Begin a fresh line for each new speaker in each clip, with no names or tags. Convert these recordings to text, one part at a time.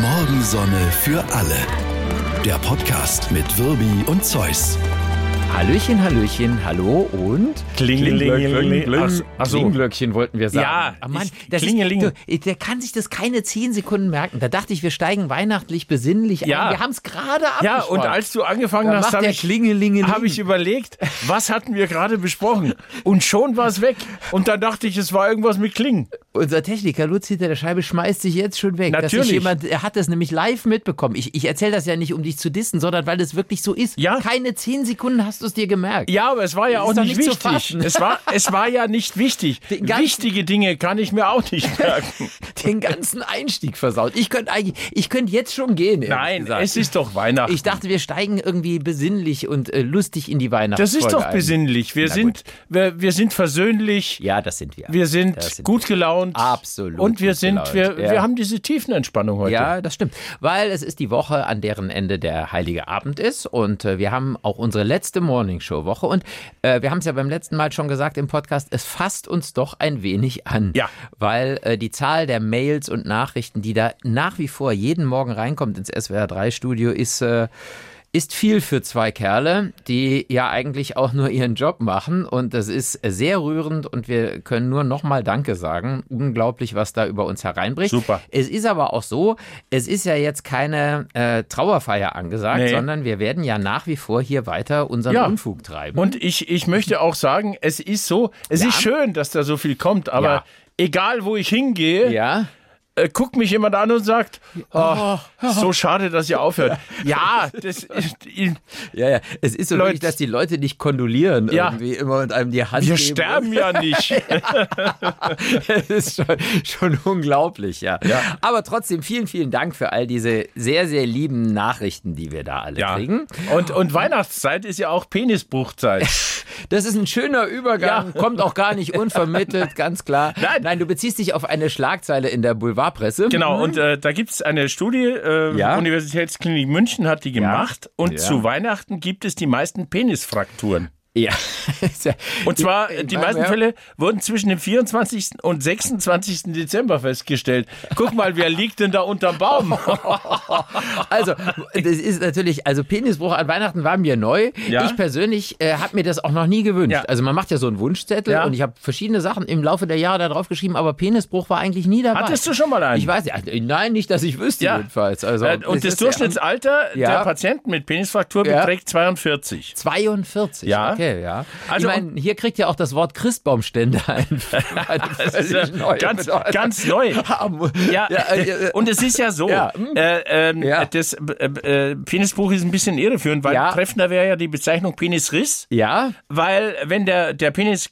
Morgensonne für alle. Der Podcast mit Wirbi und Zeus.
Hallöchen, Hallöchen, hallo und
Klingelingeling.
Achso. Klingelglöckchen wollten wir sagen.
Ja,
Ah, Mann,
ich-
das
Klingeling.
Ist, du, der kann sich das keine zehn Sekunden merken. Da dachte ich, wir steigen weihnachtlich besinnlich
Ja.
ein. Wir haben es gerade abgesprochen.
Ja, und als du angefangen
da
hast,
macht
habe
der
ich,
Klingelingeling.
hab ich überlegt, was hatten wir gerade besprochen? Und schon war es weg. Und dann dachte ich, es war irgendwas mit Klingen.
Unser Techniker Lutz hinter der Scheibe schmeißt sich jetzt schon weg. Dass
Natürlich.
sich jemand, er hat das nämlich live mitbekommen. Ich, ich erzähle das ja nicht, um dich zu dissen, sondern weil es wirklich so ist.
Ja.
Keine zehn Sekunden hast du es dir gemerkt.
Ja, aber es war ja
Das
auch
ist doch
nicht
nicht zu
wichtig.
fassen.
Es war, es war ja nicht wichtig.
Den ganzen-
Wichtige Dinge kann ich mir auch nicht merken.
Den ganzen Einstieg versaut. Ich könnte eigentlich, ich könnte jetzt schon gehen. ehrlich
Nein,
gesagt.
es ist doch Weihnachten.
Ich dachte, wir steigen irgendwie besinnlich und äh, lustig in die Weihnachtsfolge
das ist doch
ein.
besinnlich. Wir,
Na
sind, wir, wir sind versöhnlich.
Ja, das sind wir.
Wir sind,
Das sind
gut gelaunt.
Absolut
Und wir
gut
sind, wir,
gelaunt. Ja.
wir haben diese Tiefenentspannung heute.
ja, das stimmt. Weil es ist die Woche, an deren Ende der Heilige Abend ist. Und äh, wir haben auch unsere letzte Morningshow-Woche. Und äh, wir haben es ja beim letzten Mal schon gesagt im Podcast, es fasst uns doch ein wenig an.
Ja.
Weil äh, die Zahl der Mails und Nachrichten, die da nach wie vor jeden Morgen reinkommt ins SWR 3-Studio, ist. Äh, ist viel für zwei Kerle, die ja eigentlich auch nur ihren Job machen. Und das ist sehr rührend und wir können nur nochmal Danke sagen. Unglaublich, was da über uns hereinbricht.
Super.
Es ist aber auch so, es ist ja jetzt keine äh, Trauerfeier angesagt,
Nee.
sondern wir werden ja nach wie vor hier weiter unseren
Ja.
Unfug treiben.
Und ich, ich
Mhm.
möchte auch sagen, es ist so, es ist schön, dass da so viel kommt, aber
Ja.
egal wo ich hingehe,
ja,
äh, guckt mich jemand an und sagt, "Ah, so schade, dass ihr aufhört. Ja, das ist,
ja, ja. Es ist so
Leute-
wirklich, dass die Leute nicht kondolieren
Ja.
irgendwie immer und einem die Hand
wir
geben.
sterben ja nicht.
Das ist schon, schon unglaublich, ja. Aber trotzdem vielen, vielen Dank für all diese sehr, sehr lieben Nachrichten, die wir da alle kriegen.
Und,
Mhm.
und Weihnachtszeit ist ja auch Penisbruchzeit.
Das ist ein schöner Übergang, kommt auch gar nicht unvermittelt, ganz klar.
Nein.
Nein, du beziehst dich auf eine Schlagzeile in der Boulevardpresse.
Genau, und äh, da gibt es eine Studie, äh,
Mhm. Ja.
Universitätsklinik München hat die gemacht und
Ja.
zu Weihnachten gibt es die meisten Penisfrakturen.
Ja.
Und zwar,
Ich- ich
die
meine,
meisten
ja.
Fälle wurden zwischen dem 24. und 26. Dezember festgestellt. Guck mal, wer liegt denn da unterm Baum?
Also, das ist natürlich, also Penisbruch an Weihnachten war mir neu.
Ja.
Ich persönlich äh, habe mir das auch noch nie gewünscht.
Ja.
Also man macht ja so einen Wunschzettel
Ja.
und ich habe verschiedene Sachen im Laufe der Jahre da drauf geschrieben, aber Penisbruch war eigentlich nie dabei.
Hattest du schon mal einen?
Ich weiß nicht, äh, nein, nicht, dass ich wüsste
Ja.
jedenfalls. Also,
Äh, und das
ist ja
Durchschnittsalter
Ja.
der Patienten mit Penisfraktur
Ja.
beträgt 42.
42,
Ja.
okay, ja.
Also-
ich meine, hier kriegt ja auch das Wort Christbaumstände ein. das
Das ist ja ganz, ganz neu. Ja,
äh, äh,
und es ist ja so,
Ja, hm.
äh, ähm,
Ja.
das äh, äh, Penisbruch ist ein bisschen irreführend, weil
Ja.
treffender wäre ja die Bezeichnung Penisriss,
ja,
weil wenn der, der Penis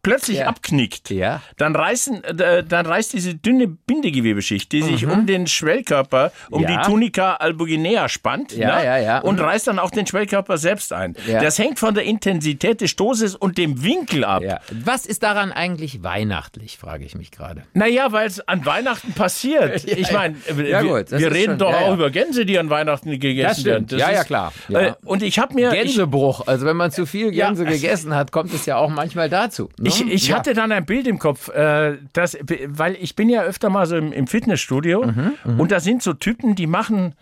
plötzlich
Ja.
abknickt,
ja.
dann, reißen, äh, dann reißt diese dünne Bindegewebeschicht, die sich um den Schwellkörper, um
Mhm. Ja.
die Tunica albuginea spannt,
Ja,
ne?
ja, ja. Mhm.
und reißt dann auch den Schwellkörper selbst ein.
Ja.
Das hängt von der Intensität des Stoßes und dem Winkel ab.
Ja. Was ist daran eigentlich weihnachtlich, frage ich mich gerade.
Naja, weil es an Weihnachten passiert. Ich
ja.
meine, äh,
Ja,
wir,
gut, das
wir
ist
reden
schon-
doch
ja,
auch
ja.
über Gänse, die an Weihnachten gegessen
Das stimmt.
werden.
Ja, ja, klar. Ja.
Äh, und ich habe mir... ich-
Gänsebruch, also wenn man zu viel
Ja.
Gänse gegessen hat, kommt es ja auch manchmal dazu. Ne?
Ich, ich
ja.
hatte dann ein Bild im Kopf, äh, das, weil ich bin ja öfter mal so im, im Fitnessstudio
Mhm,
und da sind so Typen, die machen,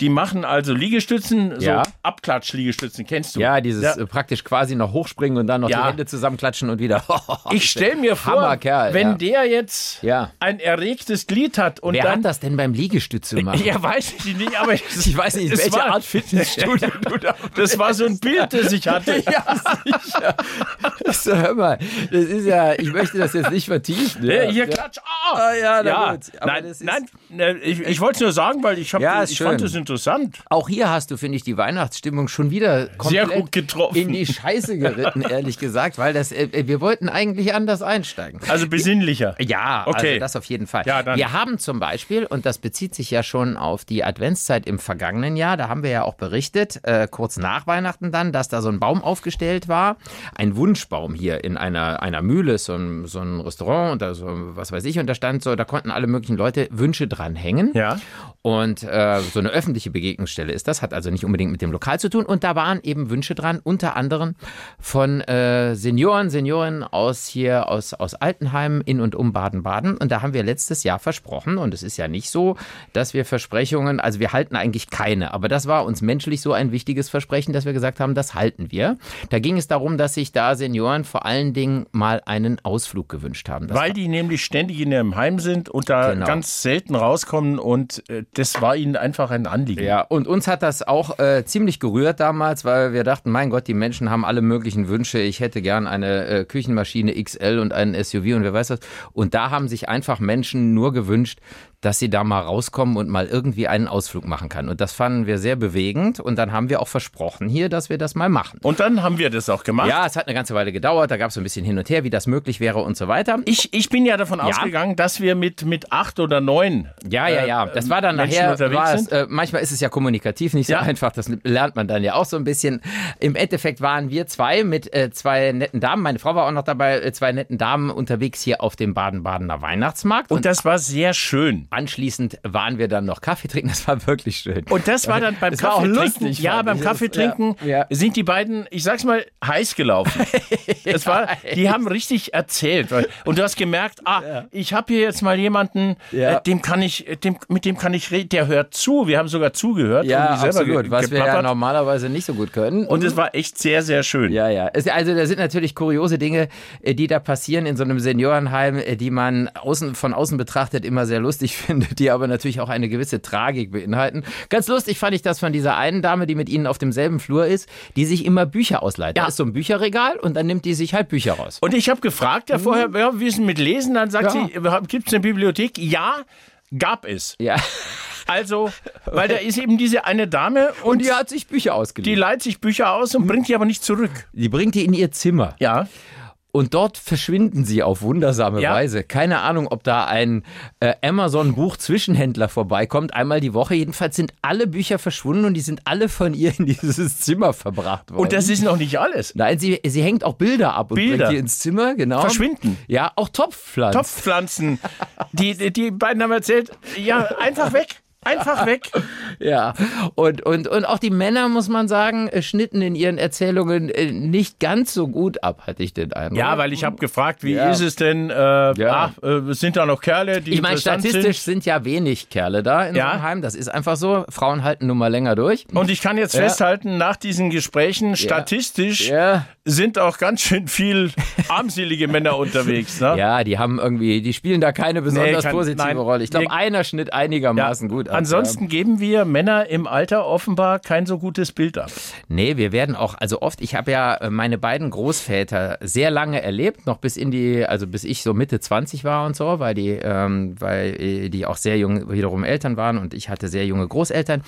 die machen also Liegestützen, so
Ja.
Abklatsch-Liegestützen, kennst du?
ja, dieses
Ja.
äh, praktisch quasi noch hochspringen und dann noch die
Ja.
Hände zusammenklatschen und wieder.
Ich stelle mir vor,
Hammerkerl,
wenn
ja.
der jetzt
Ja.
ein erregtes Glied hat und
Wer
dann...
hat das denn beim Liegestütze gemacht?
Ja, weiß ich nicht, aber
Ich weiß nicht,
es
welche
war-
Art Fitnessstudio du da
Das war so ein Bild, das ich hatte.
Ja, sicher. Das, hör mal, das ist ja, ich möchte das jetzt nicht vertiefen.
Ja,
Ja,
hier klatsch. Ah,
Ah, ja, na gut. Aber
nein,
das ist-
nein, ne, ich, ich wollte es nur sagen, weil ich, hab,
Ja, ist
ich
schön.
fand es interessant.
Auch hier hast du, finde ich, die Weihnachtsstimmung schon wieder komplett
gut getroffen.
in die Scheiße geritten, ehrlich gesagt, weil das, äh, wir wollten eigentlich anders einsteigen.
Also besinnlicher.
Ja,
Okay.
also das auf jeden Fall.
Ja, dann.
wir haben zum Beispiel, und das bezieht sich ja schon auf die Adventszeit im vergangenen Jahr, da haben wir ja auch berichtet, äh, kurz nach Weihnachten dann, dass da so ein Baum aufgestellt war, ein Wunschbaum hier in einer, einer Mühle, so ein, so ein Restaurant oder so, was weiß ich, und da stand so, da konnten alle möglichen Leute Wünsche dranhängen.
Ja.
Und äh, so eine öffentliche Begegnungsstelle ist das, hat also nicht unbedingt mit dem Lokal zu tun. Und da waren eben Wünsche dran, unter anderem von äh, Senioren, Seniorinnen aus hier, aus, aus Altenheim in und um Baden-Baden. Und da haben wir letztes Jahr versprochen, und es ist ja nicht so, dass wir Versprechungen, also wir halten eigentlich keine, aber das war uns menschlich so ein wichtiges Versprechen, dass wir gesagt haben, das halten wir. Da ging es darum, dass sich da Senioren vor allen Dingen mal einen Ausflug gewünscht haben. Das
Weil die nämlich ständig in ihrem Heim sind und da
Genau.
ganz selten rauskommen und äh, das war ihnen einfach ein Anliegen.
Ja, und uns hat das auch äh, ziemlich gerührt damals, weil wir dachten, mein Gott, die Menschen haben alle möglichen Wünsche. Ich hätte gern eine äh, Küchenmaschine XL und einen SUV und wer weiß was. Und da haben sich einfach Menschen nur gewünscht, dass sie da mal rauskommen und mal irgendwie einen Ausflug machen kann. Und das fanden wir sehr bewegend. Und dann haben wir auch versprochen hier, dass wir das mal machen.
Und dann haben wir das auch gemacht.
Ja, es hat eine ganze Weile gedauert. Da gab es so ein bisschen hin und her, wie das möglich wäre und so weiter.
Ich, ich bin ja davon ausgegangen, dass wir mit, mit acht oder neun.
Ja, ja, ja.
äh,
Das war dann
Menschen
nachher.
unterwegs
War es,
sind.
äh, manchmal ist es ja kommunikativ nicht so
Ja.
einfach. Das lernt man dann ja auch so ein bisschen. Im Endeffekt waren wir zwei mit äh, zwei netten Damen. Meine Frau war auch noch dabei. Äh, zwei netten Damen unterwegs hier auf dem Baden-Badener Weihnachtsmarkt.
Und das war sehr schön.
anschließend waren wir dann noch Kaffee trinken. Das war wirklich schön.
Und das war dann beim
Das war auch
Kaffeetrinken.
lustig,
ja,
fand
beim
ich.
Kaffeetrinken
Ja, ja.
sind die beiden, ich sag's mal, heiß gelaufen. Das war, die haben richtig erzählt. Weil- Und du hast gemerkt, ah, ich habe hier jetzt mal jemanden,
Ja.
äh, dem kann ich, äh, dem, mit dem kann ich reden, der hört zu. Wir haben sogar zugehört
ja,
und die selber
absolut.
ge-
Was wir ja
geplappert.
normalerweise nicht so gut können.
und es war echt sehr, sehr schön.
Ja, ja. Es- Also da sind natürlich kuriose Dinge, äh, die da passieren in so einem Seniorenheim, äh, die man außen, von außen betrachtet immer sehr lustig findet, die aber natürlich auch eine gewisse Tragik beinhalten. Ganz lustig fand ich das von dieser einen Dame, die mit ihnen auf demselben Flur ist, die sich immer Bücher ausleiht. Da ist so ein Bücherregal und dann nimmt die sich halt Bücher raus.
Und ich habe gefragt ja vorher, ja, wie ist denn mit Lesen? Dann sagt
Mhm. Ja.
sie, gibt es eine Bibliothek? Ja, gab es.
Ja.
Also, weil da ist eben diese eine Dame und,
Und die Mhm. hat sich Bücher
die
ausgeliehen.
leiht sich Bücher aus und bringt die aber nicht zurück.
Die, bringt die in ihr Zimmer.
Ja.
Und dort verschwinden sie auf wundersame
Ja.
Weise. Keine Ahnung, ob da ein äh, Amazon-Buch-Zwischenhändler vorbeikommt. Einmal die Woche. Jedenfalls sind alle Bücher verschwunden und die sind alle von ihr in dieses Zimmer verbracht worden.
Und das ist noch nicht alles.
Nein, sie, sie hängt auch Bilder ab und
Bilder.
bringt die ins Zimmer, genau.
Verschwinden.
Ja, auch Topfpflanzen.
Topfpflanzen. Die, die, die beiden haben erzählt, ja, einfach weg. Einfach weg.
Ja. Und, und, und auch die Männer, muss man sagen, äh, schnitten in ihren Erzählungen äh, nicht ganz so gut ab, hatte ich den Eindruck.
Ja, weil ich habe gefragt, wie
Ja.
ist es denn? Äh,
Ja.
ah, äh, sind da noch Kerle, die
Ich meine,
interessant
statistisch sind ja wenig Kerle da in
Ja.
so einem Heim. Das ist einfach so. Frauen halten nun mal länger durch.
sind? Und ich kann jetzt festhalten, nach diesen Gesprächen, statistisch
Ja.
sind auch ganz schön viel armselige Männer unterwegs. Ne?
Ja, die haben irgendwie, die spielen da keine besonders
Nee, kann-
positive
nein.
Rolle. Ich glaube,
Nee.
einer schnitt einigermaßen gut ab.
Ansonsten geben wir Männer im Alter offenbar kein so gutes Bild ab.
Nee, wir werden auch, also oft, ich habe ja äh, meine beiden Großväter sehr lange erlebt, noch bis in die, also bis ich so Mitte 20 war und so, weil die, ähm, weil äh, die auch sehr jung wiederum Eltern waren und ich hatte sehr junge Großeltern.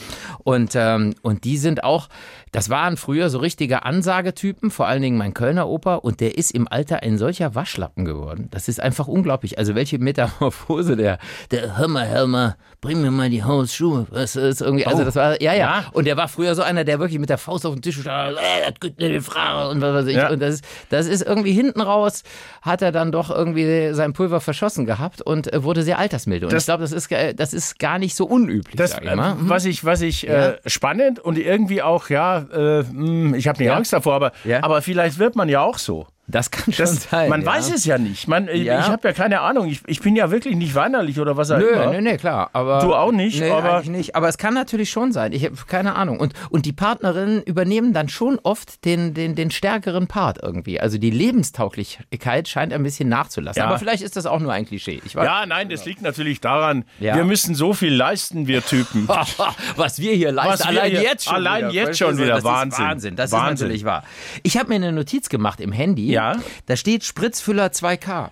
Und, ähm, und die sind auch, das waren früher so richtige Ansagetypen, vor allen Dingen mein Kölner Opa, und der ist im Alter ein solcher Waschlappen geworden. Das ist einfach unglaublich. Also welche Metamorphose der, der Hör mal, hör mal, bring mir mal die Hausschuhe. Was ist irgendwie, also das war, ja, ja.
Oh. Ja.
Und der war früher so einer, der wirklich mit der Faust auf den Tisch stand, äh, das gibt eine Frage und was weiß ich.
Ja.
Und das ist, das ist irgendwie hinten raus, hat er dann doch irgendwie sein Pulver verschossen gehabt und äh, wurde sehr altersmilde. Und
Das-
ich glaube, das ist, äh, das ist gar nicht so unüblich,
Das,
sag ich
äh,
mal.
was ich, was ich äh, spannend und irgendwie auch, ja, äh, mh, ich habe nicht Angst davor, aber,
Ja.
aber vielleicht wird man ja auch so.
Das kann schon
Das,
sein.
man
ja.
weiß es ja nicht. Man, äh,
Ja.
Ich habe ja keine Ahnung. Ich, ich bin ja wirklich nicht weinerlich oder was auch
Nö,
immer.
nö, nö, klar. Aber
Du auch nicht,
nee,
aber-
eigentlich nicht. Aber es kann natürlich schon sein. Ich habe keine Ahnung. Und, und die Partnerinnen übernehmen dann schon oft den, den, den stärkeren Part irgendwie. Also die Lebenstauglichkeit scheint ein bisschen nachzulassen.
Ja.
Aber vielleicht ist das auch nur ein Klischee. Ich weiß.
Ja, nein, das liegt natürlich daran,
Ja.
wir müssen so viel leisten, wir Typen.
Was wir hier leisten,
Was wir
allein
hier-
jetzt schon
allein
wieder.
jetzt schon
Verstehst du?
wieder.
das
Wahnsinn.
Ist Wahnsinn. Das ist
Wahnsinn.
natürlich wahr. Ich habe mir eine Notiz gemacht im Handy.
Ja.
Da steht Spritzfüller 2K.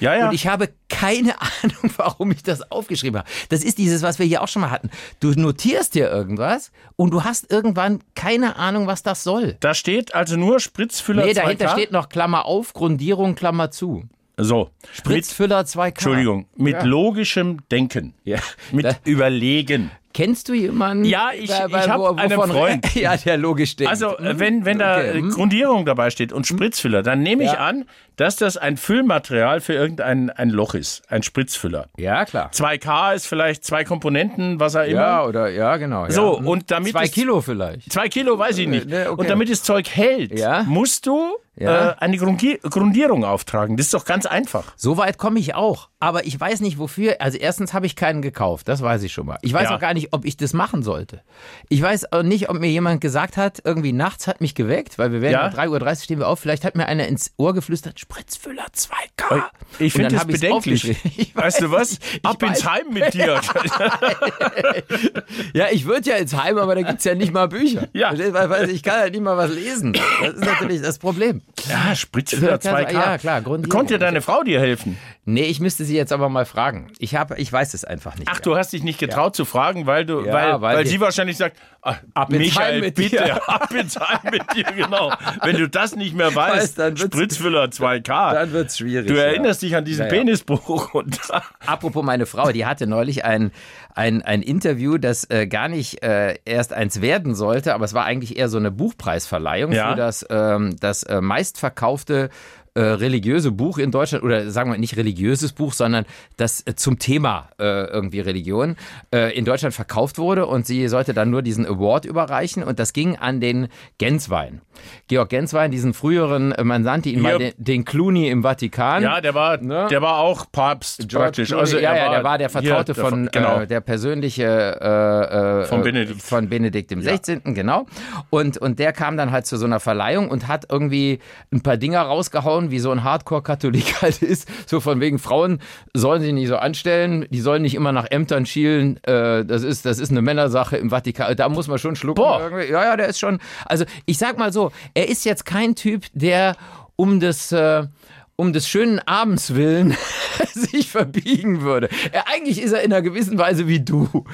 ja, ja.
Und ich habe keine Ahnung, warum ich das aufgeschrieben habe. Das ist dieses, was wir hier auch schon mal hatten. Du notierst dir irgendwas und du hast irgendwann keine Ahnung, was das soll.
da steht also nur Spritzfüller
Nee, dahinter
2K.
steht noch Klammer auf, Grundierung, Klammer zu.
so, mit,
Spritzfüller 2K.
Entschuldigung, mit
Ja.
logischem Denken.
Ja.
Mit
Da-
Überlegen.
Kennst du jemanden?
Ja, ich- ich hab einen
wovon-
Freund.
Ja, der logisch denkt.
Also, äh, wenn, wenn da
Mhm. Okay,
äh,
hm.
Grundierung dabei steht und Spritzfüller, dann nehme ich
Ja.
an, dass das ein Füllmaterial für irgendein ein Loch ist, ein Spritzfüller.
ja, klar.
2K ist vielleicht zwei Komponenten, was auch immer.
Ja, oder ja, genau. Ja.
So,
Hm.
und damit
Zwei
es-
Kilo vielleicht.
Zwei Kilo weiß ich nicht.
ne, okay.
Und damit das Zeug hält,
Ja.
musst du
Ja.
äh, eine Grundi Grundierung auftragen. Das ist doch ganz einfach.
So weit komme ich auch. Aber ich weiß nicht, wofür. Also, erstens habe ich keinen gekauft. Das weiß ich schon mal. Ich weiß
Ja.
auch gar nicht, ob ich das machen sollte. Ich weiß auch nicht, ob mir jemand gesagt hat, irgendwie nachts hat mich geweckt, weil wir werden
Ja.
um 3.30 Uhr stehen wir auf. Vielleicht hat mir einer ins Ohr geflüstert: Spritzfüller 2K.
Ich
Und
finde
dann
das
habe ich's
bedenklich.
aufgeschrieben. Ich
weißt du was?
ich
Ab
weiß.
ins Heim mit dir.
Ja, ich würde ja ins Heim, aber da gibt's ja nicht mal Bücher.
Ja.
Verstehst du? Weil, weil ich kann ja nicht mal was lesen. Das ist natürlich das Problem.
ja, Spritzfüller
Ja,
2K.
ja, klar, Grundierung.
Konnte deine Frau dir helfen?
Nee, ich müsste sie jetzt aber mal fragen. Ich, hab, ich weiß es einfach nicht.
Ach,
mehr.
du hast dich nicht getraut zu fragen, weil du,
Ja,
weil,
weil
weil
die-
sie wahrscheinlich sagt, ah,
ins
Michael,
Heim mit
bitte,
dir.
ab ins Heim mit dir, genau. Wenn du das nicht mehr
Weißt,
weißt,
dann wird's-
Spritzfüller 2K.
Dann wird's schwierig,
Du
ja.
erinnerst dich an diesen
Ja, ja.
Penisbruch und
Apropos meine Frau, die hatte neulich ein, ein, ein Interview, das äh, gar nicht äh, erst eins werden sollte, aber es war eigentlich eher so eine Buchpreisverleihung
Ja.
für das, ähm, das äh, meistverkaufte äh, religiöse Buch in Deutschland oder sagen wir nicht religiöses Buch, sondern das äh, zum Thema äh, irgendwie Religion äh, in Deutschland verkauft wurde und sie sollte dann nur diesen Award überreichen und das ging an den Genswein. Georg Genswein, diesen früheren, äh, man nannte ihn mal
Ja.
den, den Clooney im Vatikan.
Ja, der war,
Ne?
der war auch Papst
George
praktisch.
Clooney,
Also
ja,
er
ja, der war der
hier,
Vertraute
der
von,
Ver- genau.
äh, der persönliche äh, äh,
Von
äh,
Benedikt.
von Benedikt dem 16. genau. Und, und der kam dann halt zu so einer Verleihung und hat irgendwie ein paar Dinger rausgehauen, wie so ein Hardcore-Katholik halt ist. So von wegen Frauen sollen sich nicht so anstellen, die sollen nicht immer nach Ämtern schielen. Äh, das, ist, das ist eine Männersache im Vatikan. Da muss man schon schlucken.
Boah.
Irgendwie. Ja, ja, der ist schon. Also ich sag mal so, er ist jetzt kein Typ, der um das. Äh, um des schönen Abends willen sich verbiegen würde. Er, eigentlich ist er in einer gewissen Weise wie du.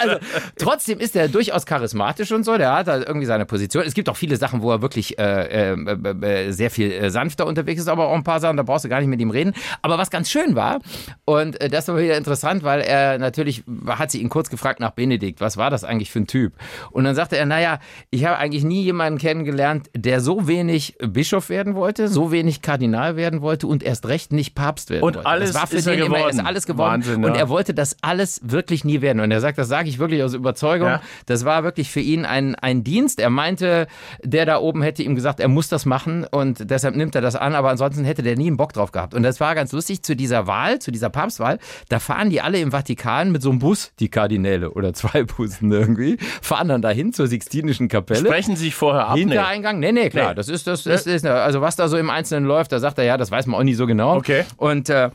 also, trotzdem ist er durchaus charismatisch und so. Der hat halt irgendwie seine Position. Es gibt auch viele Sachen, wo er wirklich äh, äh, äh, äh, sehr viel äh, sanfter unterwegs ist, aber auch ein paar Sachen, da brauchst du gar nicht mit ihm reden. Aber was ganz schön war, und äh, das war wieder interessant, weil er natürlich hat sie ihn kurz gefragt nach Benedikt, was war das eigentlich für ein Typ? Und dann sagte er, naja, ich habe eigentlich nie jemanden kennengelernt, der so wenig Bischof werden wollte, so wenig Kardinal werden wollte und erst recht nicht Papst werden
Und
wollte.
alles
das war für
ist er
den immer, er ist
geworden.
alles geworden.
Wahnsinn,
und
ja.
er er wollte das alles wirklich nie werden. Und er sagt, das sage ich wirklich aus Überzeugung.
Ja.
Das war wirklich für ihn ein, ein Dienst. Er meinte, der da oben hätte ihm gesagt, er muss das machen und deshalb nimmt er das an. Aber ansonsten hätte der nie einen Bock drauf gehabt. Und das war ganz lustig zu dieser Wahl, zu dieser Papstwahl. Da fahren die alle im Vatikan mit so einem Bus, die Kardinäle oder zwei Bussen irgendwie, fahren dann dahin zur Sixtinischen Kapelle.
Sprechen sich vorher ab. ne?
Hintereingang? Nee, nee, klar.
Nee.
Das ist das, das ist, also was da so im Einzelnen läuft, da sagt er ja, das weiß man auch nicht so genau.
Okay.
Und äh,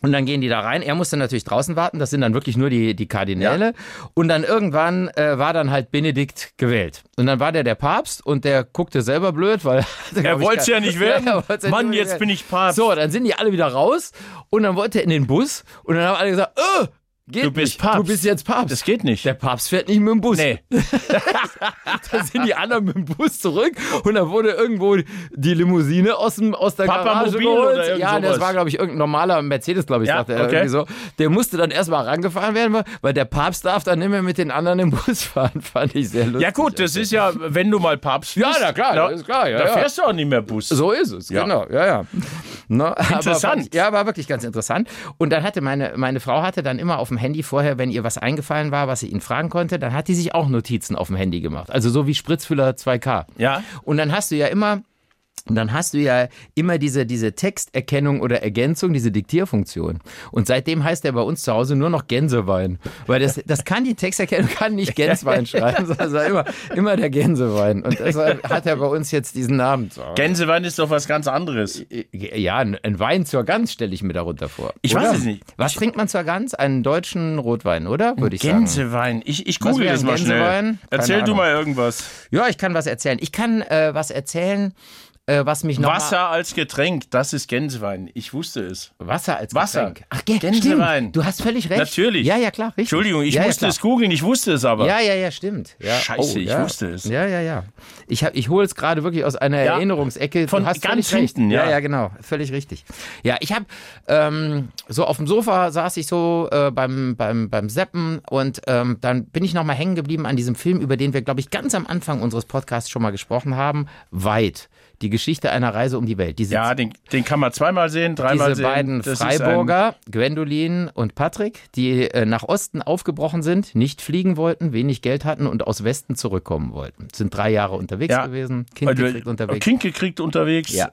und dann gehen die da rein. Er musste natürlich draußen warten. Das sind dann wirklich nur die, die Kardinäle. Und dann irgendwann äh, war dann halt Benedikt gewählt. Und dann war der der Papst und der guckte selber blöd, weil
Er wollte es ja nicht werden.
er wollte's ja
Mann,
nicht
jetzt
werden.
bin ich Papst.
So, dann sind die alle wieder raus und dann wollte er in den Bus und dann haben alle gesagt, äh, geht
Du bist
nicht.
Papst.
Du bist jetzt Papst.
Das geht nicht.
der Papst fährt nicht mit dem Bus.
Nee.
Da sind die anderen mit dem Bus zurück und dann wurde irgendwo die Limousine aus, dem, aus der
Papa
Garage
Mobil
geholt.
oder irgend
ja, das
sowas.
war, glaube ich, irgendein normaler Mercedes, glaube ich,
Ja,
sagte er
okay.
irgendwie so. Der musste dann erstmal rangefahren werden, weil- weil der Papst darf dann nicht mehr mit den anderen im Bus fahren. Fand ich sehr lustig.
Ja gut, das ist ja, wenn du mal Papst bist.
Ja, na klar,
da,
das ist klar, ja,
da
ja.
fährst du auch nicht mehr Bus.
So ist es,
Ja.
genau, ja, ja. Ne,
Interessant.
Aber, fand- ja, war wirklich ganz interessant. Und dann hatte meine, meine Frau hatte dann immer auf dem Handy vorher, wenn ihr was eingefallen war, was sie ihn fragen konnte, dann hat die sich auch Notizen auf dem Handy gemacht. Also so wie Spritzfüller 2K.
Ja.
Und dann hast du ja immer. Und dann hast du ja immer diese, diese Texterkennung oder Ergänzung, diese Diktierfunktion. Und seitdem heißt er bei uns zu Hause nur noch Gänsewein. Weil das, das kann die Texterkennung, kann nicht Gänswein schreiben, sondern immer, immer der Gänsewein. Und deshalb hat er bei uns jetzt diesen Namen zu Hause.
Gänsewein ist doch was ganz anderes.
Ja, ein ein Wein zur Gans stelle ich mir darunter vor.
Ich
oder?
weiß es nicht.
Was trinkt man zur Gans? Einen deutschen Rotwein, oder? Würde ich sagen.
Gänsewein. Ich, ich google
wäre
das
ein
mal
Gänsewein?
schnell.
Keine
Erzähl du
Ahnung.
mal irgendwas.
Ja, ich kann was erzählen. Ich kann äh, was erzählen äh, was mich noch mal-
Wasser als Getränk, das ist Gänsewein. Ich wusste es.
Wasser als
Wasser.
Getränk. Ach, ge-
Gänse
stimmt.
rein.
Du hast völlig recht.
Natürlich.
Ja, ja, klar. Richtig.
Entschuldigung, ich
ja, ja,
musste
klar.
es googeln, ich wusste es aber.
Ja, ja, ja, stimmt. Ja. Oh,
Scheiße, ich
ja.
wusste es.
Ja, ja, ja. Ich, hab- ich hole es gerade wirklich aus einer
Ja.
Erinnerungsecke. Du
Von
hast
ganz
völlig
hinten,
recht.
ja.
ja. Ja, genau. Völlig richtig. Ja, ich habe ähm, so auf dem Sofa saß ich so äh, beim, beim, beim Seppen und ähm, dann bin ich nochmal hängen geblieben an diesem Film, über den wir, glaube ich, ganz am Anfang unseres Podcasts schon mal gesprochen haben. Weit. Die Geschichte einer Reise um die Welt. Diese
Ja, den, den kann man zweimal sehen, dreimal
diese
sehen.
beiden
Das ist ein-
Freiburger, Gwendolin und Patrick, die äh, nach Osten aufgebrochen sind, nicht fliegen wollten, wenig Geld hatten und aus Westen zurückkommen wollten. Sind drei Jahre unterwegs
Ja.
gewesen, Kind
Also,
gekriegt unterwegs.
Kind gekriegt unterwegs.
Ja.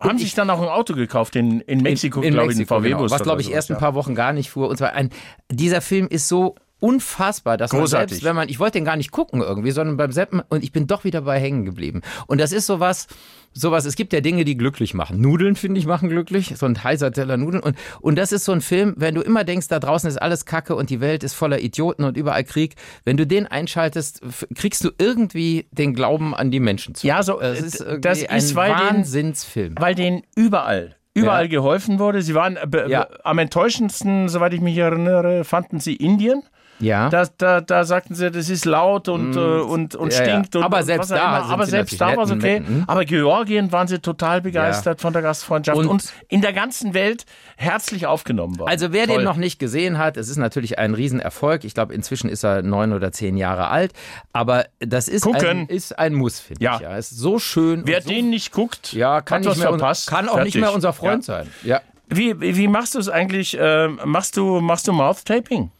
Haben sich dann auch ein Auto gekauft in, in Mexiko, glaube ich, ein
Mexiko, genau.
VW-Bus.
Was, glaube
oder
ich, erst ein
sowas,
paar Wochen gar nicht fuhr. Und zwar ein, dieser Film ist so unfassbar, dass man
Großartig.
selbst, wenn man, ich wollte den gar nicht gucken irgendwie, sondern beim Seppen und ich bin doch wieder bei hängen geblieben. Und das ist sowas, sowas, es gibt ja Dinge, die glücklich machen. Nudeln, finde ich, machen glücklich. So ein heißer Teller Nudeln. Und, und das ist so ein Film, wenn du immer denkst, da draußen ist alles Kacke und die Welt ist voller Idioten und überall Krieg. Wenn du den einschaltest, f- kriegst du irgendwie den Glauben an die Menschen zu.
Ja, so,
das ist,
äh,
irgendwie
das ist,
ein
weil den-
Wahnsinnsfilm.
Weil denen überall, überall
Ja.
geholfen wurde. Sie waren äh, be-
Ja.
be- am enttäuschendsten, soweit ich mich erinnere, fanden sie Indien.
ja.
Da, da, da sagten sie, das ist laut und, äh, und, und
Mhm. ja, ja.
stinkt. Und,
Aber
und
selbst
was auch
da
immer.
sind
aber
sie
selbst da
natürlich
war es
netten,
okay.
netten.
Aber Georgien waren sie total begeistert von der Gastfreundschaft und,
Und-
in der ganzen Welt herzlich aufgenommen worden.
Also wer
Toll.
den noch nicht gesehen hat, es ist natürlich ein Riesenerfolg. Ich glaube, inzwischen ist er neun oder zehn Jahre alt. Aber das ist,
Gucken.
ein, ist ein Muss, finde
Ja.
ich. Ja, ist so schön.
Wer
und so,
den nicht guckt,
ja, kann,
hat
nicht
was
mehr,
verpasst.
kann auch
Fertig.
nicht mehr unser Freund sein. Ja.
Ja. Wie, wie machst du es eigentlich? ähm, machst du, machst du Mouth-Taping?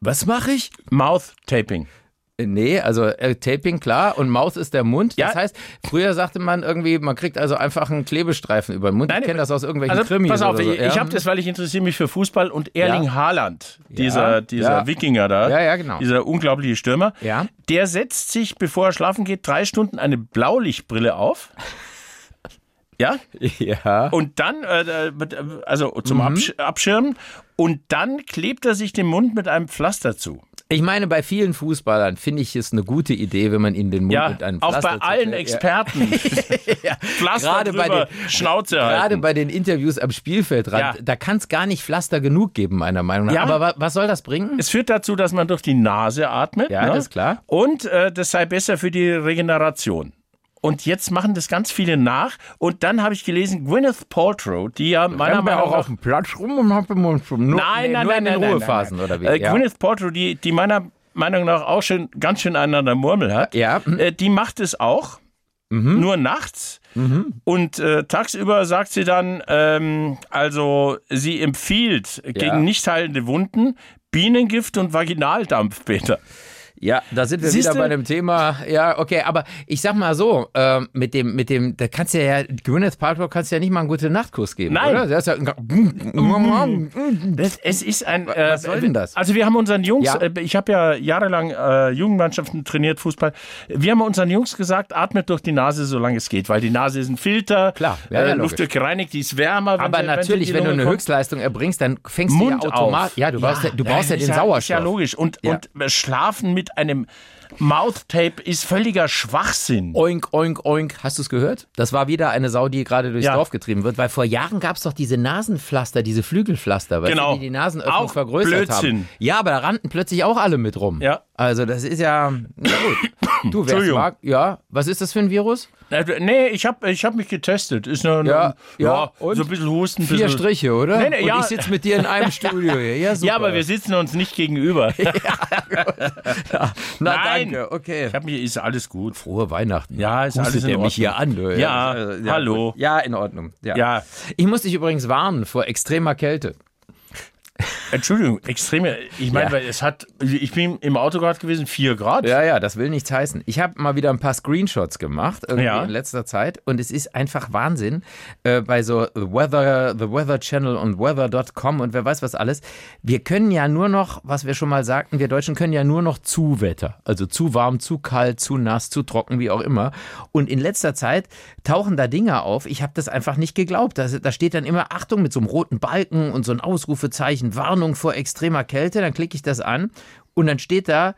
Was mache ich?
Mouth-Taping.
Nee, also äh, Taping, klar. Und Mouth ist der Mund.
Ja.
Das heißt, früher sagte man irgendwie, man kriegt also einfach einen Klebestreifen über den Mund.
Nein,
ich kenne das aus irgendwelchen
Also,
Krimis
pass auf,
oder so.
ich,
ja.
ich habe das, weil ich interessiere mich für Fußball und Erling
Ja.
Haaland, dieser, dieser
Ja.
Wikinger da,
Ja, ja, genau.
dieser unglaubliche Stürmer,
Ja.
der setzt sich, bevor er schlafen geht, drei Stunden eine Blaulichtbrille auf. Ja,
Ja.
und dann, äh, mit, äh, also zum
Mhm.
Absch Abschirmen, und dann klebt er sich den Mund mit einem Pflaster zu.
Ich meine, bei vielen Fußballern finde ich es eine gute Idee, wenn man ihnen den Mund
Ja,
mit einem
auch
Pflaster
bei allen
zuklebt. Ja.
Experten. Pflaster
Gerade bei
drüber,
den-
Schnauze
Gerade
halten.
bei den Interviews am Spielfeldrand,
Ja.
da kann es gar nicht Pflaster genug geben, meiner Meinung nach.
Ja.
Aber wa was soll das bringen?
Es führt dazu, dass man durch die Nase atmet.
Ja,
ne?
das ist klar.
Und äh, das sei besser für die Regeneration. Und jetzt machen das ganz viele nach. Und dann habe ich gelesen, Gwyneth Paltrow, die ja meiner Meinung nach...
dem Platz rum und hab immer schon nur, nee,
Nein, nein,
nur
nein,
in den
nein, nein,
Ruhephasen
nein, nein.
oder wie?
Äh,
ja.
Gwyneth Paltrow, die, die meiner Meinung nach auch schon ganz schön einen an der Murmel hat,
Ja. mhm.
äh, die macht es auch, nur nachts.
Mhm.
Und äh, tagsüber sagt sie dann, ähm, also sie empfiehlt gegen nicht heilende Wunden Bienengift und Vaginaldampf, Peter.
ja, da sind wir
Siehste?
wieder bei dem Thema. Ja, okay, aber ich sag mal so, ähm, mit dem, mit dem, da kannst du ja, Gwyneth Paltrow kannst du ja nicht mal einen guten Nachtkuss geben,
Nein.
oder? Das ist ja ein-
Das, es ist ein.
was soll denn das?
Also wir haben unseren Jungs,
Ja.
äh, ich habe ja jahrelang äh, Jugendmannschaften trainiert, Fußball. Wir haben unseren Jungs gesagt, atmet durch die Nase, solange es geht, weil die Nase ist ein Filter.
Klar, ja, ja,
äh,
logisch.
Luft wird gereinigt, die ist wärmer. wenn
Aber
sie- wenn sie
natürlich,
in die
wenn du
Lunge
eine
kommt.
Höchstleistung erbringst, dann fängst
Mund
du ja
auf.
automatisch. Ja, du brauchst ja, du brauchst ja,
ist
den
Ist ja
Sauerstoff.
logisch. Und,
Ja.
und äh, schlafen mit einem Mouth-Tape ist völliger Schwachsinn.
Oink, oink, oink. Hast du es gehört? Das war wieder eine Sau, die gerade durchs
Ja.
Dorf getrieben wird, weil vor Jahren gab es doch diese Nasenpflaster, diese Flügelpflaster, weißt
Genau.
du, die die Nasenöffnung
Auch
vergrößert
Blödsinn.
haben. Ja, aber da rannten plötzlich auch alle mit rum.
Ja.
Also das ist ja, na gut. Du, wer es
Entschuldigung.
mag, ja. Was ist das für ein Virus?
Äh, Nee, ich habe ich hab mich getestet. Ist nur,
Ja, ja, und?
so ein bisschen Husten.
Vier
bisschen,
Striche, oder?
Nee, nee,
Und
ja.
ich sitze mit dir in einem Studio hier. Ja, super.
Ja, aber wir sitzen uns nicht gegenüber.
Na,
Nein.
danke. Okay.
Ich hab mich, ist alles gut.
Frohe Weihnachten.
Ja, ist
Hustet
alles in
der mich hier an.
Ordnung.
Oder?
Ja, hallo.
Ja, in Ordnung. Ja.
Ja.
Ich muss dich übrigens warnen vor extremer Kälte.
Entschuldigung, extreme. Ich meine,
Ja.
weil es hat, ich bin im Auto gerade gewesen, 4 Grad.
Ja, ja, das will nichts heißen. Ich habe mal wieder ein paar Screenshots gemacht irgendwie
Ja.
in letzter Zeit und es ist einfach Wahnsinn äh, bei so Weather, The Weather Channel und Weather.com und wer weiß was alles. Wir können ja nur noch, was wir schon mal sagten, wir Deutschen können ja nur noch zu Wetter, also zu warm, zu kalt, zu nass, zu trocken, wie auch immer. Und in letzter Zeit tauchen da Dinge auf. Ich habe das einfach nicht geglaubt. Da, da steht dann immer Achtung mit so einem roten Balken und so ein Ausrufezeichen Warnung vor extremer Kälte. Dann klicke ich das an und dann steht da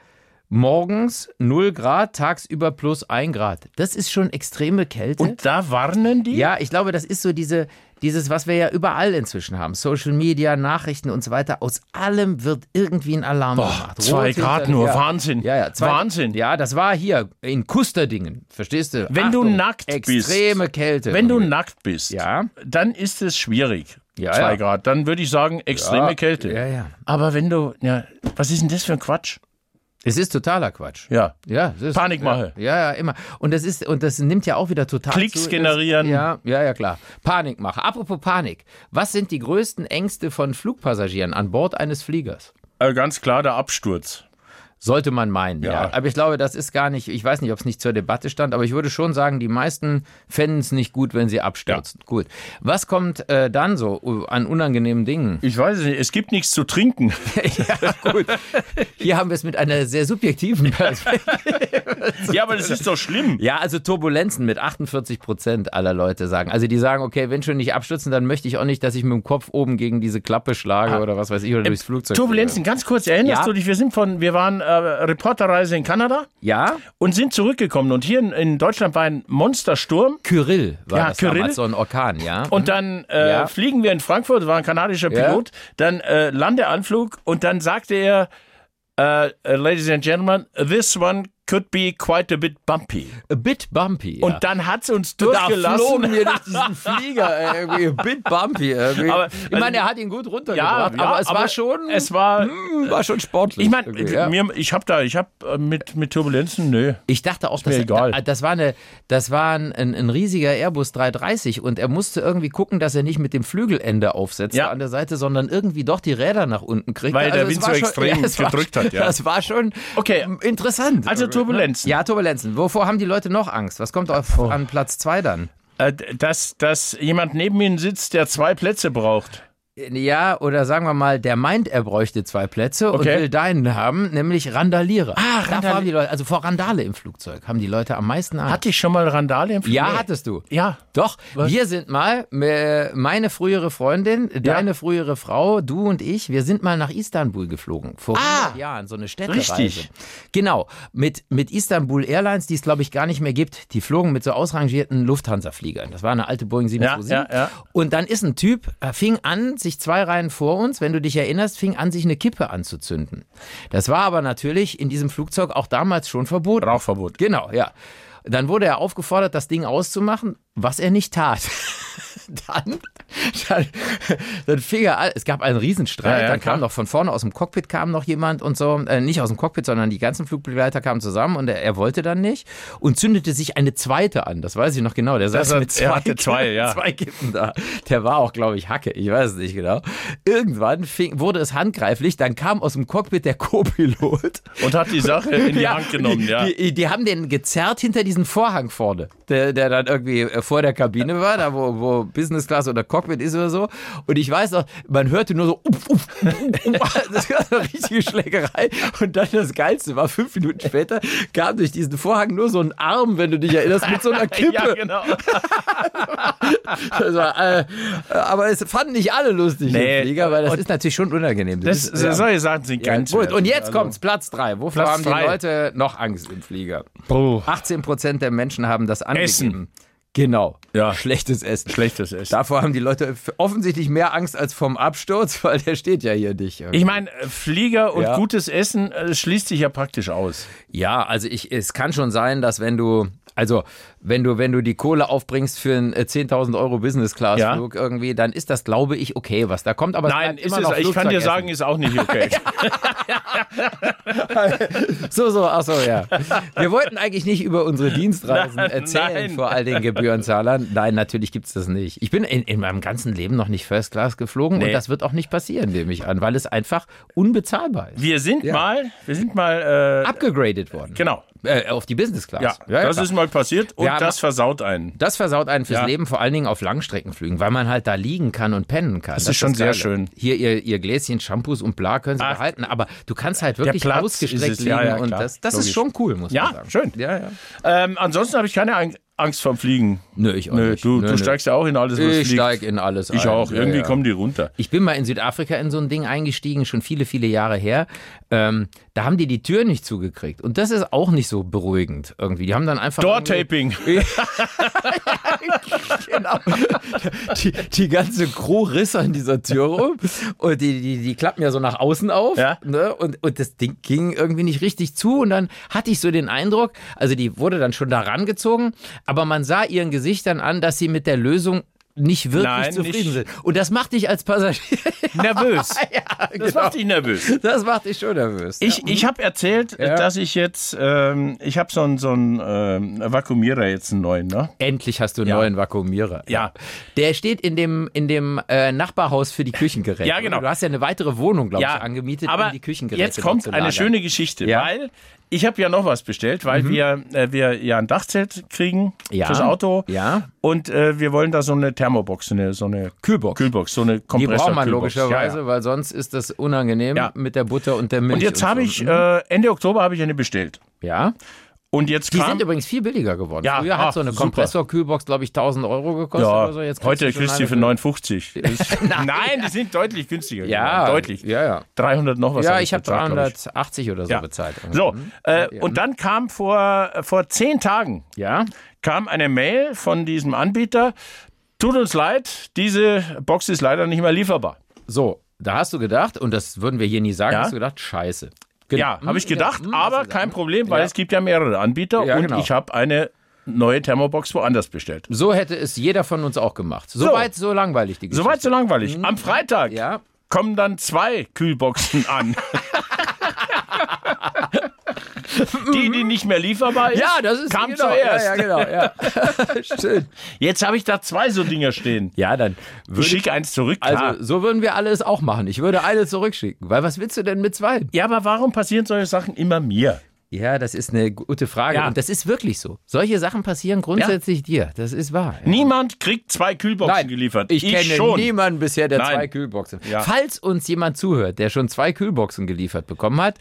Morgens 0 Grad, tagsüber plus 1 Grad. Das ist schon extreme Kälte.
Und da warnen die?
Ja, ich glaube, das ist so diese, dieses, was wir ja überall inzwischen haben. Social Media, Nachrichten und so weiter. Aus allem wird irgendwie ein Alarm
Boah,
gemacht.
zwei
Rot
Grad
hinter-
nur,
ja.
Wahnsinn.
Ja, ja, zwei-
Wahnsinn.
Ja, das war hier in Kusterdingen. Verstehst du?
Wenn du
Achtung,
nackt
extreme
bist.
Extreme Kälte.
Wenn du nackt bist,
Ja.
dann ist es schwierig.
Ja,
zwei
ja.
Grad. Dann würde ich sagen, extreme
Ja,
Kälte.
ja, ja.
Aber wenn du, ja, was ist denn das für ein Quatsch?
Es ist totaler Quatsch.
Ja.
Ja, es ist,
Panikmache.
Ja, ja, immer. Und das ist und das nimmt ja auch wieder total
Klicks
zu.
generieren.
Ja, ja, ja, klar. Panikmache. Apropos Panik. Was sind die größten Ängste von Flugpassagieren an Bord eines Fliegers?
Äh, ganz klar der Absturz.
Sollte man meinen, ja.
Ja.
Aber ich glaube, das ist gar nicht, ich weiß nicht, ob es nicht zur Debatte stand, aber ich würde schon sagen, die meisten fänden es nicht gut, wenn sie abstürzen. Gut. Was kommt äh, dann so uh, an unangenehmen Dingen?
Ich weiß es nicht, es gibt nichts zu trinken.
ja, gut. Hier haben wir es mit einer sehr subjektiven Perspektive.
ja, aber das ist doch schlimm.
Ja, also Turbulenzen mit 48 Prozent aller Leute sagen. Also die sagen, okay, wenn schon nicht abstürzen, dann möchte ich auch nicht, dass ich mit dem Kopf oben gegen diese Klappe schlage oder was weiß ich oder durchs Flugzeug.
Turbulenzen, ganz kurz, erinnerst
Ja.
du dich, wir sind von, wir waren äh, Reporterreise in Kanada
fliege. Ja,
und sind zurückgekommen und hier in, in Deutschland war ein Monstersturm
Kyrill Oh. war
Ja,
das
Kyrill.
damals, so ein Orkan, ja.
und dann äh,
Mhm. Ja.
fliegen wir in Frankfurt, war ein kanadischer
Ja.
Pilot, dann äh, Landeanflug und dann sagte er, äh, Ladies and Gentlemen, this one could be quite a bit bumpy.
a bit bumpy. Ja.
Und dann hat es uns
da
durchgelassen.
flogen wir durch diesen Flieger, ey, irgendwie a bit bumpy. äh, Irgendwie.
Aber,
ich
also-
meine, er hat ihn gut
Ja,
runtergebracht,
ja,
aber es war äh, schon,
Es war.
hm, war schon sportlich.
Ich meine,
irgendwie, ja.
mir- ich habe da, ich habe mit, mit Turbulenzen, nö.
Ich dachte auch, das,
mir egal.
da- das war, eine, das war ein, ein, ein riesiger Airbus 330 und er musste irgendwie gucken, dass er nicht mit dem Flügelende aufsetzt
Ja.
an der Seite, sondern irgendwie doch die Räder nach unten kriegt. Also
Weil der
es
Wind
war
so
schon-
extrem
es war
gedrückt
schon-
hat, ja.
Das war schon
Okay.
ähm, interessant.
Also Turbulenzen.
Ja, Turbulenzen. Wovor haben die Leute noch Angst? Was kommt auf, an Platz zwei dann?
Äh, dass, dass jemand neben ihnen sitzt, der zwei Plätze braucht.
Ja, oder sagen wir mal, der meint, er bräuchte zwei Plätze und
Okay.
will deinen haben, nämlich Randalierer. Ah,
Randali-
haben die Leute, also vor Randale im Flugzeug haben die Leute am meisten Angst.
Hatte ich schon mal Randale im Flug?
ja,
Nee.
hattest du.
Ja.
Doch, wir sind mal, äh, meine frühere Freundin, deine frühere Frau, du und ich, wir sind mal nach Istanbul geflogen. Vor 100 Jahren, so eine Städtereise.
Richtig.
Genau, mit, mit Istanbul Airlines, die es glaube ich gar nicht mehr gibt. Die flogen mit so ausrangierten Lufthansa-Fliegern. Das war eine alte Boeing 727.
Ja, ja, ja.
Und dann ist ein Typ, äh, fing an, sich zwei Reihen vor uns, wenn du dich erinnerst, fing an, sich eine Kippe anzuzünden. Das war aber natürlich in diesem Flugzeug auch damals schon verboten.
Rauchverbot.
Genau, ja. Dann wurde er aufgefordert, das Ding auszumachen, was er nicht tat. dann, dann, dann fing er an, es gab einen Riesenstreit,
Ja, ja,
dann
klar.
kam noch von vorne aus dem Cockpit kam noch jemand und so, äh, nicht aus dem Cockpit, sondern die ganzen Flugbegleiter kamen zusammen und er, er wollte dann nicht und zündete sich eine zweite an, das weiß ich noch genau, der saß
hat-
mit zwei,
er hatte zwei, ja.
zwei Kippen da. Der war auch, glaube ich, Hacke, ich weiß es nicht genau. Irgendwann fing, wurde es handgreiflich, dann kam aus dem Cockpit der Co-Pilot
Und hat die Sache in die Hand genommen,
die,
ja.
Die, die haben den gezerrt hinter diesen Vorhang vorne, der, der dann irgendwie äh, vor der Kabine war, da wo, wo Business Class oder Cockpit ist oder so. Und ich weiß noch, man hörte nur so, uff, uff, uff, uff. das war eine richtige Schlägerei. Und dann das Geilste war, fünf Minuten später kam durch diesen Vorhang nur so ein Arm, wenn du dich erinnerst, mit so einer Kippe.
Ja, genau.
das war, äh, äh, aber es fanden nicht alle lustig,
Nee.
im Flieger, weil das ist natürlich schon unangenehm. Du
Das,
bist- ja.
solche Sachen sind
Ja,
ganz
gut, und jetzt kommt's, Platz drei. Wovor
Platz
haben die
drei.
Leute noch Angst im Flieger?
Puh.
18 Prozent der Menschen haben das angegeben.
Essen.
Genau.
Ja.
Schlechtes Essen.
Schlechtes Essen.
Davor haben die Leute offensichtlich mehr Angst als vom Absturz, weil der steht ja hier nicht.
Ich meine, äh, Flieger und
Ja.
gutes Essen äh, schließt sich ja praktisch aus.
Ja, also ich, es kann schon sein, dass wenn du, also wenn du, wenn du die Kohle aufbringst für einen äh, 10.000 Euro Business Class Flug irgendwie, dann ist das, glaube ich, okay, was da kommt. Aber
Nein,
es bleibt
ist es,
immer noch
ich kann dir
Flugzeugessen.
sagen, ist auch nicht okay.
So, so, ach so, ja. Wir wollten eigentlich nicht über unsere Dienstreisen
Nein,
erzählen
nein.
vor all den Gebührenzahlern. Nein, natürlich gibt's das nicht. Ich bin in, in meinem ganzen Leben noch nicht First Class geflogen und
Nee.
das wird auch nicht passieren, nehme ich an, weil es einfach unbezahlbar ist.
Wir sind mal, wir sind mal, äh,
Abgegradet worden.
genau.
Äh, auf die Business Class.
Ja, das
klar.
ist mal passiert und
Ja,
das versaut einen.
das versaut einen fürs
Ja.
Leben, vor allen Dingen auf Langstreckenflügen, weil man halt da liegen kann und pennen kann. Das,
ist schon
Geile.
sehr schön.
Hier ihr, ihr Gläschen Shampoos und bla können Sie
Ach.
behalten, aber du kannst halt wirklich
Platz
ausgestreckt
ist es.
liegen
Ja, ja,
und
klar.
das, das ist
Logisch.
schon cool, muss
Ja,
man sagen.
schön.
Ja, ja.
Ähm, ansonsten habe ich keine Ang- Angst vom Fliegen.
Nö, ich auch
Nö,
nicht.
du
Nö,
du
nö.
steigst ja auch in alles, was
Ich
fliegt.
steig in alles
ich
ein.
auch.
Ja,
Irgendwie
ja.
kommen die runter.
Ich bin mal in Südafrika in so ein Ding eingestiegen, schon viele, viele Jahre her. Ähm, da haben die die Tür nicht zugekriegt. Und das ist auch nicht so beruhigend irgendwie. Die haben dann einfach. irgendwie-
Door-Taping.
genau. Die, die ganze Crew riss an dieser Tür rum und die, die, die klappen ja so nach außen auf.
Ja.
Ne? Und, und das Ding ging irgendwie nicht richtig zu. Und dann hatte ich so den Eindruck, also die wurde dann schon da rangezogen, aber man sah ihren Gesichtern an, dass sie mit der Lösung nicht wirklich
Nein,
zufrieden
nicht.
sind. Und das macht dich als Passagier, genau.
Nervös. Das macht dich nervös.
das macht dich schon nervös.
Ich, ich habe erzählt,
mhm. Ja.
dass ich jetzt, ähm, ich habe so einen so einen, ähm, Vakuumierer jetzt einen neuen, ne?
Endlich hast du einen
Ja.
neuen Vakuumierer.
Ja.
Der steht in dem, in dem äh, Nachbarhaus für die Küchengeräte.
Ja, genau.
Du hast ja eine weitere Wohnung, glaube ich, angemietet,
aber
um die Küchengeräte
Jetzt
dort
kommt
zu
eine
lagern.
schöne Geschichte,
Ja. Mhm.
weil ich habe ja noch was bestellt, weil wir, äh, wir ja ein Dachzelt kriegen
Ja.
fürs Auto
Ja.
und äh, wir wollen da so eine Thermobox, so eine, so eine
Kühlbox.
Kühlbox, so eine
Die
Kompressor.
braucht man
Kühlbox.
logischerweise,
Ja, ja.
weil sonst ist das unangenehm
Ja.
mit der Butter und der Milch.
Und jetzt habe ich
so. mhm.
äh, Ende Oktober habe ich eine bestellt
ja.
und jetzt
Die
kam
sind übrigens viel billiger geworden.
Ja,
Früher hat
ach,
so eine
super.
Kompressorkühlbox, glaube ich, 1000 Euro gekostet
ja,
oder so. Jetzt
heute
kriegst du schon
kriegst du die für
eine-
59. Nein, die sind deutlich günstiger.
Ja,
geworden, deutlich.
Ja, ja.
300 noch was.
Ja, ich habe
bezahlt, glaub
380 oder so
Ja.
bezahlt. Mhm.
So, äh, und dann kam vor, äh, vor zehn Tagen
Ja?
kam eine Mail von diesem Anbieter. Tut uns leid, diese Box ist leider nicht mehr lieferbar.
So, da hast du gedacht, und das würden wir hier nie sagen,
Ja.
hast du gedacht, scheiße.
Ja, habe ich gedacht,
hm,
aber
hast du
kein Problem, weil es gibt ja mehrere Anbieter
Ja,
und
genau.
ich habe eine neue Thermobox woanders bestellt.
So hätte es jeder von uns auch gemacht. So,
So.
weit, so langweilig die Geschichte.
Soweit so langweilig. Am Freitag
Mhm. Ja.
kommen dann zwei Kühlboxen an. die, die nicht mehr lieferbar ist,
Ja, das ist
kam
genau,
zuerst.
Ja, ja, genau, ja. Schön.
Jetzt habe ich da zwei so Dinger stehen.
Ja, dann
Ich
würde
schicke eins zurück.
Also,
klar.
so würden wir alle es auch machen. Ich würde eine zurückschicken, weil was willst du denn mit zwei?
ja, aber warum passieren solche Sachen immer mir?
Ja, das ist eine gute Frage.
Ja.
Und das ist wirklich so. Solche Sachen passieren grundsätzlich dir. Das ist wahr. Ja.
Niemand kriegt zwei Kühlboxen geliefert.
Ich, kenne
schon.
niemanden bisher, der
Nein.
zwei Kühlboxen.
Ja.
Falls uns jemand zuhört, der schon zwei Kühlboxen geliefert bekommen hat,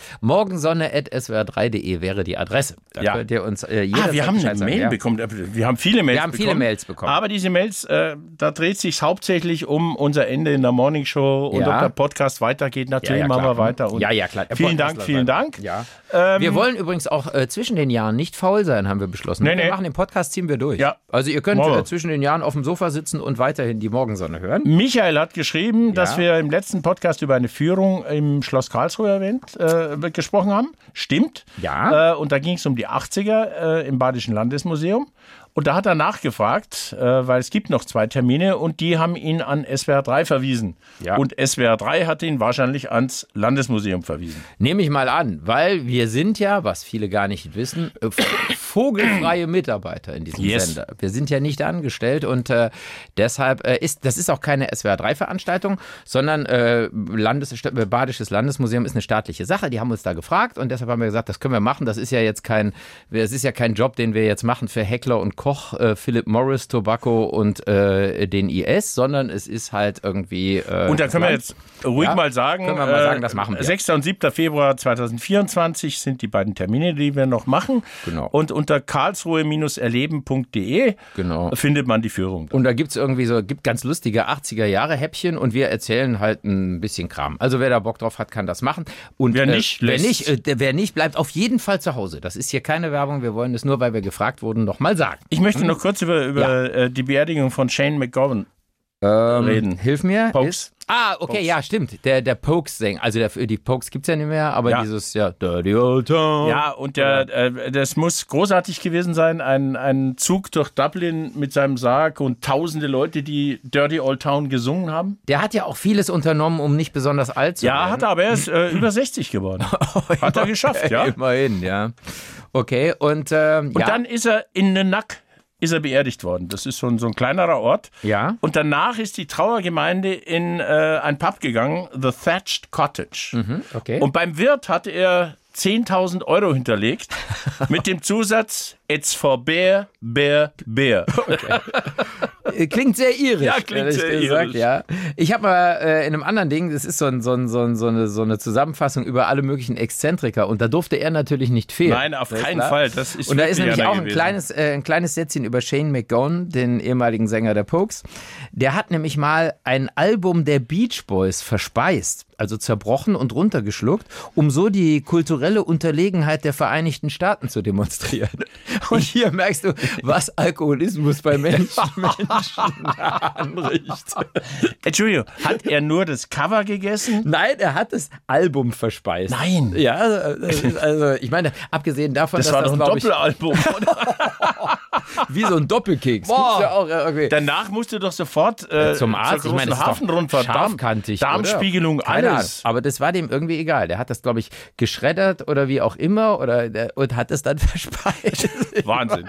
morgensonne.swr3.de wäre die Adresse. Da
Ja.
könnt ihr uns äh,
Ah,
jederzeit
wir haben eine
Bescheid sagen.
Mail
ja.
bekommen. Wir haben viele Mails
Wir haben viele
bekommen.
Mails bekommen.
Aber diese Mails, äh, da dreht sich hauptsächlich um unser Ende in der Morning Show und
Ja.
ob der Podcast weitergeht. Natürlich
Ja, ja,
machen wir
klar.
weiter. Und
Ja, ja, klar. Der
Vielen
Podcast
Dank,
läuft
vielen
weiter.
Dank.
Ja.
Ähm,
Wir wollen übrigens auch äh, zwischen den Jahren nicht faul sein, haben wir beschlossen.
Nee,
wir
nee.
machen den Podcast, ziehen wir durch.
Ja.
Also ihr könnt
Machen wir.
äh, zwischen den Jahren auf dem Sofa sitzen und weiterhin die Morgensonne hören.
Michael hat geschrieben, dass wir im letzten Podcast über eine Führung im Schloss Karlsruhe erwähnt, äh, gesprochen haben. Stimmt.
Ja.
Äh, und da ging es um die 80er äh, im Badischen Landesmuseum. Und da hat er nachgefragt, äh, weil es gibt noch zwei Termine und die haben ihn an SWR 3 verwiesen.
Ja.
Und SWR 3 hat ihn wahrscheinlich ans Landesmuseum verwiesen.
Nehme ich mal an, weil wir sind ja, was viele gar nicht wissen, äh, vogelfreie Mitarbeiter in diesem
Yes.
Sender. Wir sind ja nicht angestellt und äh, deshalb äh, ist, das ist auch keine SWR3-Veranstaltung, sondern äh, Landes, Sta- äh, Badisches Landesmuseum ist eine staatliche Sache. Die haben uns da gefragt und deshalb haben wir gesagt, das können wir machen. Das ist ja jetzt kein, das ist ja kein Job, den wir jetzt machen für Heckler und Koch, äh, Philip Morris, Tobacco und äh, den IS, sondern es ist halt irgendwie. Äh,
Und da können wir
das
jetzt ruhig
Ja,
mal sagen,
können wir mal sagen, das machen wir.
6. und 7. Februar 2024 sind die beiden Termine, die wir noch machen.
Genau.
Und unter karlsruhe-erleben.de
Genau.
findet man die Führung.
Und da gibt es irgendwie so, gibt ganz lustige 80er-Jahre-Häppchen und wir erzählen halt ein bisschen Kram. Also wer da Bock drauf hat, kann das machen. Und
Wer nicht,
äh, wer,
lässt.
nicht äh, der- wer nicht, bleibt auf jeden Fall zu Hause. Das ist hier keine Werbung, wir wollen es nur, weil wir gefragt wurden, nochmal sagen.
Ich möchte noch kurz über, über äh, die Beerdigung von Shane McGowan reden.
Hilf mir.
Pokes.
Ähm, Ist, ah, okay, ja, stimmt. Der, der Pokes-Sänger. Also der, die Pokes gibt es ja nicht mehr, aber
Ja.
dieses, ja, Dirty Old Town.
Ja, und der, äh, das muss großartig gewesen sein. Ein, ein Zug durch Dublin mit seinem Sarg und tausende Leute, die Dirty Old Town gesungen haben.
Der hat ja auch vieles unternommen, um nicht besonders alt zu
Ja,
werden.
hat er, aber er ist äh, über 60 geworden. Hat er geschafft, ja.
Immerhin, ja. Okay, und, ähm,
Und
ja.
dann ist er in Nenack ist er beerdigt worden. Das ist so ein, so ein kleinerer Ort.
Ja.
Und danach ist die Trauergemeinde in äh, ein Pub gegangen, The Thatched Cottage.
okay.
Und beim Wirt hatte er 10.000 Euro hinterlegt mit dem Zusatz It's for Bear, Bear, Bear.
Äh, Klingt sehr irisch.
Ja, klingt
ehrlich
sehr irisch.
Ja. Ich habe mal äh, in einem anderen Ding, das ist so, ein, so, ein, so, ein, so, eine, so eine Zusammenfassung über alle möglichen Exzentriker und da durfte er natürlich nicht fehlen.
Nein, auf
Das ist
keinen
klar.
Fall. Das ist
Und da ist
wirklich
nämlich
einer
auch ein
gewesen.
kleines, äh, ein kleines Sätzchen über Shane McGowan, den ehemaligen Sänger der Pokes. Der hat nämlich mal ein Album der Beach Boys verspeist, also zerbrochen und runtergeschluckt, um so die kulturelle Unterlegenheit der Vereinigten Staaten zu demonstrieren. Und hier merkst du, was Alkoholismus bei Menschen, Menschen anrichtet.
Entschuldigung, hat er nur das Cover gegessen?
Nein, er hat das Album verspeist.
Nein.
Ja, also, das ist- also ich meine, abgesehen davon,
Das
dass
war
das,
doch
glaub
ein
ich,
Doppelalbum. oder?
wie so ein Doppelkeks.
Boah.
Gibt's ja auch, äh, okay.
Danach musst du doch sofort äh,
zum Arzt.
zur
Ich meine,
großen
das ist
Hafenrundfahrt,
doch scharfkantig, oder?
Darmspiegelung,
Keine
alles.
Ahnung. Aber das war dem irgendwie egal. Der hat das, glaube ich, geschreddert oder wie auch immer oder der, und hat es dann verspeist.
Wahnsinn.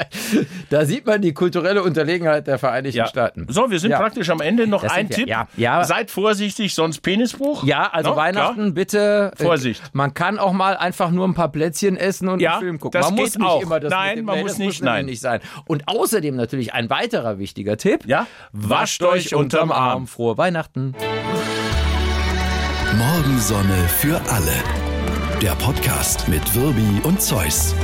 da sieht man die kulturelle Unterlegenheit der Vereinigten
Ja.
Staaten.
So, wir sind
Ja.
praktisch am Ende. Noch
Das
ein
sind wir.
Tipp.
Ja. Ja.
Seid vorsichtig, sonst Penisbruch.
Ja, also
No?
Weihnachten bitte. äh,
Vorsicht.
Man kann auch mal einfach nur ein paar Plätzchen essen und
Ja,
einen Film gucken.
das
man muss
geht
nicht
auch.
immer das
Nein,
mit dem,
man
nee,
muss
das
nicht,
muss nämlich
nein.
nicht sein. Und außerdem natürlich ein weiterer wichtiger Tipp.
Ja. Wascht euch unterm Arm.
Frohe Weihnachten.
Morgensonne für alle. Der Podcast mit Wirbi und Zeus.